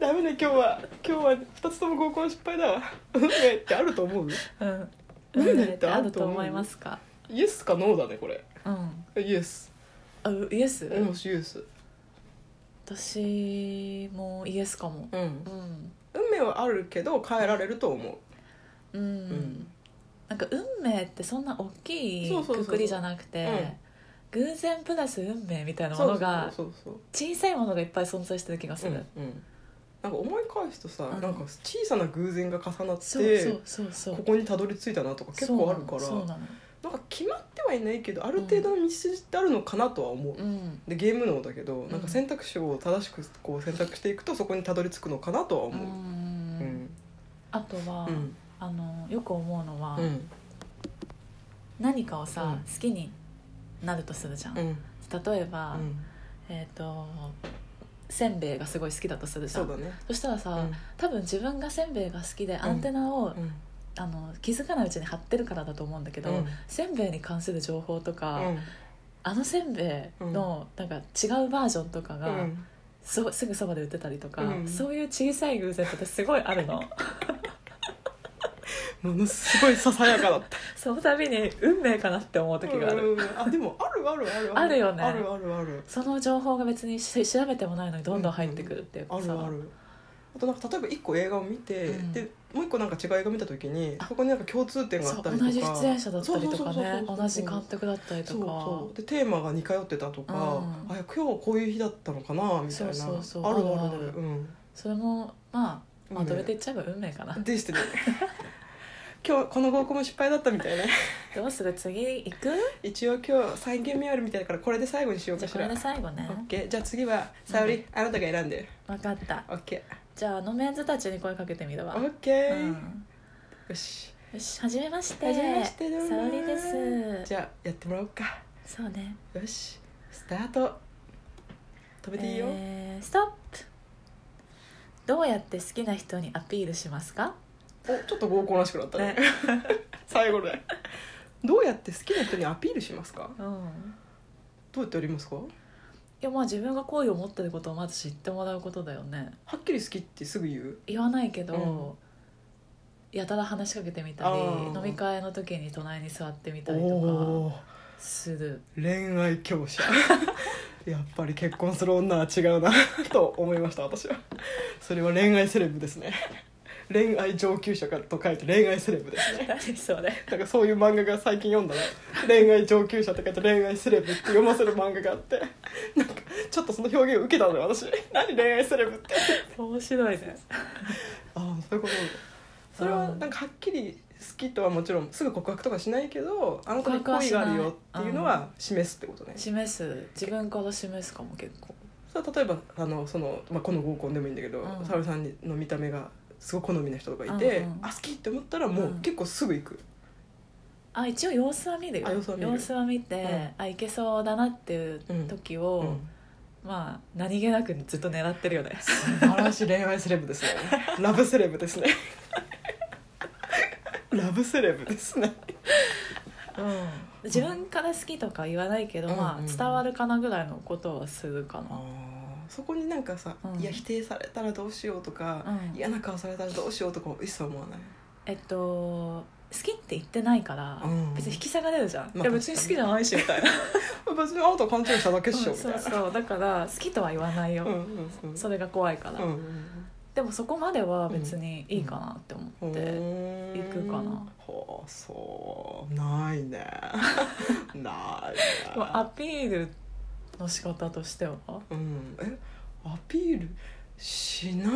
Speaker 1: ダメね今日は今日は2つとも合コン失敗だわ運命ってあると 思
Speaker 2: う
Speaker 1: う
Speaker 2: ん運
Speaker 1: 運命
Speaker 2: 命
Speaker 1: っ
Speaker 2: ってて
Speaker 1: あ
Speaker 2: あ
Speaker 1: る
Speaker 2: る
Speaker 1: と
Speaker 2: と
Speaker 1: 思う
Speaker 2: 思いますか
Speaker 1: イエスかノーだねこれ
Speaker 2: うん
Speaker 1: イエス
Speaker 2: あうイエス、
Speaker 1: もしイエス
Speaker 2: 私もイエスかも
Speaker 1: うん
Speaker 2: うん
Speaker 1: 運命はあるけど変えられると思
Speaker 2: うん、
Speaker 1: ううん
Speaker 2: なんか運命ってそんな大き
Speaker 1: そう
Speaker 2: い
Speaker 1: そうそう
Speaker 2: くくりじゃなくて偶然プラス運命みたいなも
Speaker 1: そ
Speaker 2: の
Speaker 1: う
Speaker 2: が
Speaker 1: そうそう
Speaker 2: 小さいものがいっぱい存在してる気がす
Speaker 1: そう
Speaker 2: る、
Speaker 1: うんうんなんか思い返すとさ
Speaker 2: うん
Speaker 1: なんか小さな偶然が重な
Speaker 2: そう
Speaker 1: っ
Speaker 2: そ
Speaker 1: て
Speaker 2: うそうそう
Speaker 1: ここにたどり着いたなとか結構あるから
Speaker 2: そうなのそうなの
Speaker 1: なんか決まってはいないけどある程度の道筋ってあるのかなとは思う
Speaker 2: うん
Speaker 1: でゲーム脳だけど
Speaker 2: ん
Speaker 1: なんか選択肢を正しくこう選択していくとそこにたどり着くのかなとは
Speaker 2: う
Speaker 1: 思う、うんん
Speaker 2: あとは、
Speaker 1: うん
Speaker 2: あのよく思うのは、
Speaker 1: うん
Speaker 2: 何かをさ、
Speaker 1: うん
Speaker 2: 好きになるとするじゃん、
Speaker 1: うん
Speaker 2: 例えば、
Speaker 1: うん
Speaker 2: えっ、とせんべいがすごい好きだとするじゃ
Speaker 1: そ
Speaker 2: ん
Speaker 1: うだね
Speaker 2: そしたらさ、
Speaker 1: うん
Speaker 2: 多分自分がせんべいが好きでアンテナを
Speaker 1: うん
Speaker 2: あの気づかないうちに貼ってるからだと思うんだけど、
Speaker 1: うん
Speaker 2: せんべいに関する情報とか、
Speaker 1: うん
Speaker 2: あのせんべいのなんか違うバージョンとかが、
Speaker 1: うん
Speaker 2: そうすぐそばで売ってたりとか、
Speaker 1: うん
Speaker 2: そういう小さい偶然ってすごいある の
Speaker 1: ものすごいささやかだった
Speaker 2: その度に運命かなって思う時がある、
Speaker 1: うんあでもあるあるある
Speaker 2: あるよね
Speaker 1: あるあるある
Speaker 2: その情報が別にし調べてもないのにどんどん入ってくるっていう
Speaker 1: あ
Speaker 2: かさ、
Speaker 1: るあるあとなんか例えば1個映画を見て、
Speaker 2: うん
Speaker 1: でもう1個なんか違う映画見た時に
Speaker 2: あ
Speaker 1: そこになんか共通点があ
Speaker 2: そ
Speaker 1: っ
Speaker 2: う
Speaker 1: たりとか
Speaker 2: 同じ出演者だったりとか
Speaker 1: そうそうそうそ
Speaker 2: ね
Speaker 1: うそう
Speaker 2: 同じ監督だったりと
Speaker 1: そう
Speaker 2: か
Speaker 1: そうでテーマが似通ってたとか、
Speaker 2: うん
Speaker 1: あいや今日こういう日だったのかなみたいな
Speaker 2: そうそうそう
Speaker 1: あるあ
Speaker 2: あ
Speaker 1: る
Speaker 2: るある
Speaker 1: うん
Speaker 2: それもまあまとめていっちゃえば運命かな、
Speaker 1: でしてね 今日この合コンも失敗だったみたいな
Speaker 2: どうする次行く
Speaker 1: 一応今日3件目あるみたいだからこれで最後にしよう
Speaker 2: じゃ
Speaker 1: か
Speaker 2: あ
Speaker 1: し
Speaker 2: これ
Speaker 1: ら
Speaker 2: で最後ね
Speaker 1: オッケーじゃあ次は沙織、
Speaker 2: う
Speaker 1: あなたが選んで
Speaker 2: 分かった
Speaker 1: オッケ
Speaker 2: じゃああのメンズたちに声かけてみる
Speaker 1: ー
Speaker 2: わ
Speaker 1: オッケー、
Speaker 2: う
Speaker 1: よ
Speaker 2: ん
Speaker 1: し
Speaker 2: よしはじめまして
Speaker 1: はじめましてどうも
Speaker 2: 沙織です
Speaker 1: じゃあやってもらおうか
Speaker 2: そうね
Speaker 1: よしスタート止めていいよ、
Speaker 2: えーストップどうやって好きな人にアピールしますか、
Speaker 1: おちょっと合コンらしくなったね
Speaker 2: ね
Speaker 1: 最後でどうやって好きな人にアピールしますか
Speaker 2: うん
Speaker 1: どうやってやりますか
Speaker 2: いやまあ自分が好意を持ってることをまず知ってもらうことだよね
Speaker 1: はっきり好きってすぐ言う
Speaker 2: 言わないけど、やたら話しかけてみたり
Speaker 1: あー
Speaker 2: 飲み会の時に隣に座ってみたりとか
Speaker 1: おー
Speaker 2: す る
Speaker 1: 恋愛強者 やっぱり結婚する女は違うな と思いました私はそれは恋愛セレブですね恋愛上級者かと書いて恋愛セレブですね
Speaker 2: 何それ
Speaker 1: なんかそういう漫画が最近読んだの恋愛上級者って書いて恋愛セレブって読ませる漫画があってなんかちょっとその表現受けたのよ私何恋愛セレブって
Speaker 2: 面白いね
Speaker 1: ああそういうことなんだそれはなんかはっきり好きとはもちろんすぐ告白とかしないけどあなたに好意があるよっていうのは示すってことね
Speaker 2: 示す自分から示すかも結構
Speaker 1: それは例えばあのその、まあ、この合コンでもいいんだけど
Speaker 2: うん
Speaker 1: 沙織、さんの見た目がすごい好みな人とかいて、
Speaker 2: うんうん
Speaker 1: あ好きって思ったらもう
Speaker 2: うん
Speaker 1: 結構すぐ行く、
Speaker 2: あ一応様子は見るよ
Speaker 1: あ様子は見る
Speaker 2: は見て、
Speaker 1: うん
Speaker 2: あいけそうだなっていう時を、
Speaker 1: うん
Speaker 2: まあ何気なくずっと狙ってるよね
Speaker 1: 素晴らしい恋愛セレブですね ラブセレブですね ラブセレブですね
Speaker 2: うん自分から好きとか言わないけど、
Speaker 1: うん
Speaker 2: ま
Speaker 1: う
Speaker 2: あ、
Speaker 1: んうん
Speaker 2: 伝わるかなぐらいのことはするかな、
Speaker 1: そこになんかさ、
Speaker 2: うん
Speaker 1: いや否定されたらどうしようとか、
Speaker 2: うん
Speaker 1: 嫌な顔されたらどうしようとか一切思わない
Speaker 2: えっと好きって言ってないから、
Speaker 1: うん
Speaker 2: 別に引き下がれるじゃん、
Speaker 1: まあ
Speaker 2: いや別に好きじゃないしみたいな
Speaker 1: 別にあなた勘違いしただけ
Speaker 2: う
Speaker 1: っ
Speaker 2: ん
Speaker 1: しょ
Speaker 2: そ
Speaker 1: みたいうな
Speaker 2: そうだから好きとは言わないよ、
Speaker 1: うんうんうん
Speaker 2: それが怖いから、
Speaker 1: うんうん
Speaker 2: でもそこまでは別にいいかなって
Speaker 1: う
Speaker 2: 思って、行
Speaker 1: ん
Speaker 2: くかな
Speaker 1: ほうそうないね ない
Speaker 2: でもア
Speaker 1: ね
Speaker 2: ピールの仕方としては
Speaker 1: うんえアピールしない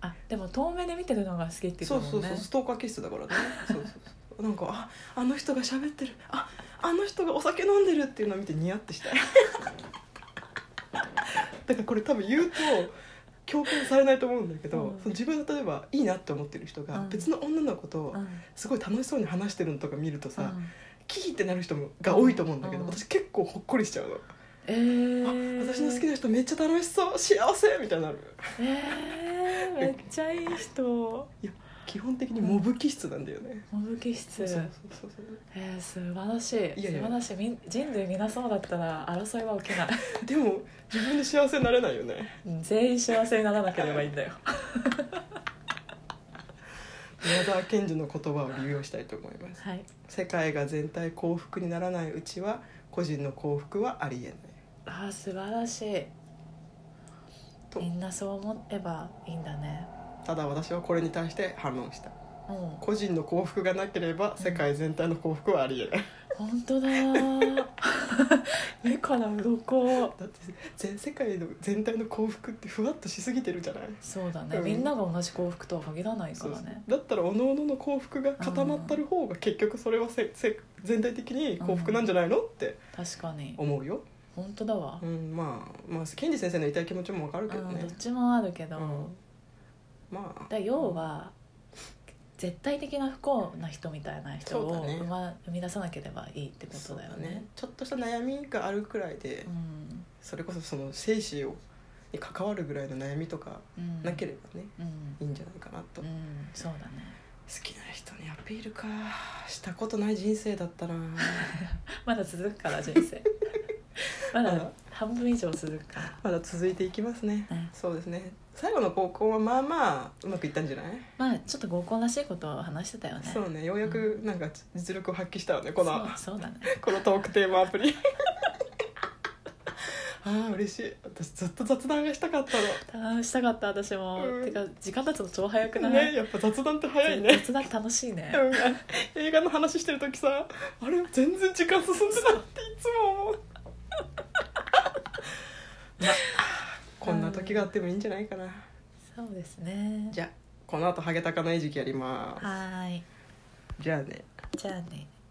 Speaker 2: あでも遠目で見てるのが好きって言ってた
Speaker 1: そ
Speaker 2: も
Speaker 1: うん
Speaker 2: ね
Speaker 1: そうそうストーカー気質 だからねそうそうそうなんかああの人が喋ってるああの人がお酒飲んでるっていうのを見てニヤ ってしたいだからこれ多分言うと共感されないと思うんだけど、
Speaker 2: うん
Speaker 1: その自分が例えばいいなって思ってる人が
Speaker 2: うん
Speaker 1: 別の女の子と
Speaker 2: うん
Speaker 1: すごい楽しそうに話してるのとか見るとさ、
Speaker 2: うん
Speaker 1: キーってなる人もが多いと思うんだけど、
Speaker 2: うん
Speaker 1: 私結構ほっこりしちゃうの、
Speaker 2: えー、
Speaker 1: あ私の好きな人めっちゃ楽しそう幸せみたいになる
Speaker 2: えー、めっちゃいい人モ
Speaker 1: 基本的にモブ気質なんだよね、
Speaker 2: ブ気質
Speaker 1: そうそうそうそう
Speaker 2: えー、素晴らしい
Speaker 1: いやいや
Speaker 2: 素晴らしいみん人類皆そうだったら争いは起きない
Speaker 1: でも自分で幸せになれないよね
Speaker 2: うん全員幸せにならなければいいんだよ
Speaker 1: 宮沢賢治の言葉を利用したいと思います
Speaker 2: はい
Speaker 1: 世界が全体幸福にならないうちは個人の幸福はありえない
Speaker 2: あー素晴らしい
Speaker 1: と
Speaker 2: みんなそう思えばいいんだね
Speaker 1: ただ私はこれに対して反論した
Speaker 2: うん
Speaker 1: 個人の幸福がなければ世界全体の幸福はありえない
Speaker 2: 本当 だ ー目から鱗
Speaker 1: だって全世界の全体の幸福ってふわっとしすぎてるじゃない
Speaker 2: そうだね、
Speaker 1: うん
Speaker 2: みんなが同じ幸福とは限らないか
Speaker 1: そう
Speaker 2: ら
Speaker 1: そう
Speaker 2: ね
Speaker 1: だったらおののの幸福が固まってる方が結局それはせせ全体的に幸福なんじゃないのって
Speaker 2: 確かに
Speaker 1: 思うよ、
Speaker 2: 本当だわ
Speaker 1: う、ん、まあまあ賢治先生の言いたい気持ちもわかるけ
Speaker 2: う
Speaker 1: ど
Speaker 2: ん、
Speaker 1: ね
Speaker 2: どっちもあるけど、
Speaker 1: うんまあ
Speaker 2: だ要は絶対的な不幸な人みたいな人
Speaker 1: そう
Speaker 2: を
Speaker 1: だね
Speaker 2: 生,、ま、生み出さなければいいってことだよね。
Speaker 1: ちょっとした悩みがあるくらいで、
Speaker 2: うん
Speaker 1: それこそその生死をに関わるぐらいの悩みとか
Speaker 2: うん
Speaker 1: なければね、
Speaker 2: うん
Speaker 1: いいんじゃないかなと、
Speaker 2: う
Speaker 1: 好
Speaker 2: ん、そうだね
Speaker 1: きな人にアピールかしたことない人生 だったな
Speaker 2: まだ続くから人 生まだ半分以上続くから
Speaker 1: まだ続いていきますね、
Speaker 2: うん
Speaker 1: そうですね最後の高校はまあまあうまくいったんじゃない、
Speaker 2: まあちょっと合コンらしいことを話してたよね
Speaker 1: そうねようやくなんか実力を発揮したわねこの
Speaker 2: そうそうだね
Speaker 1: このトークテーマアプリ ああ嬉しい私ずっと雑談がしたかったの
Speaker 2: あしたかった私も、
Speaker 1: うん
Speaker 2: てか時間経つの超早くない、
Speaker 1: ね、やっぱ雑談って早いね
Speaker 2: 雑談楽しいね、
Speaker 1: うん映画の話してる時さあれ全然時間進んでないっていつ も思うまあこんな時があってもいいんじゃないかな
Speaker 2: そうですね
Speaker 1: じゃあこの後ハゲタカの餌食やりま
Speaker 2: はーい
Speaker 1: すじゃあね
Speaker 2: じゃあね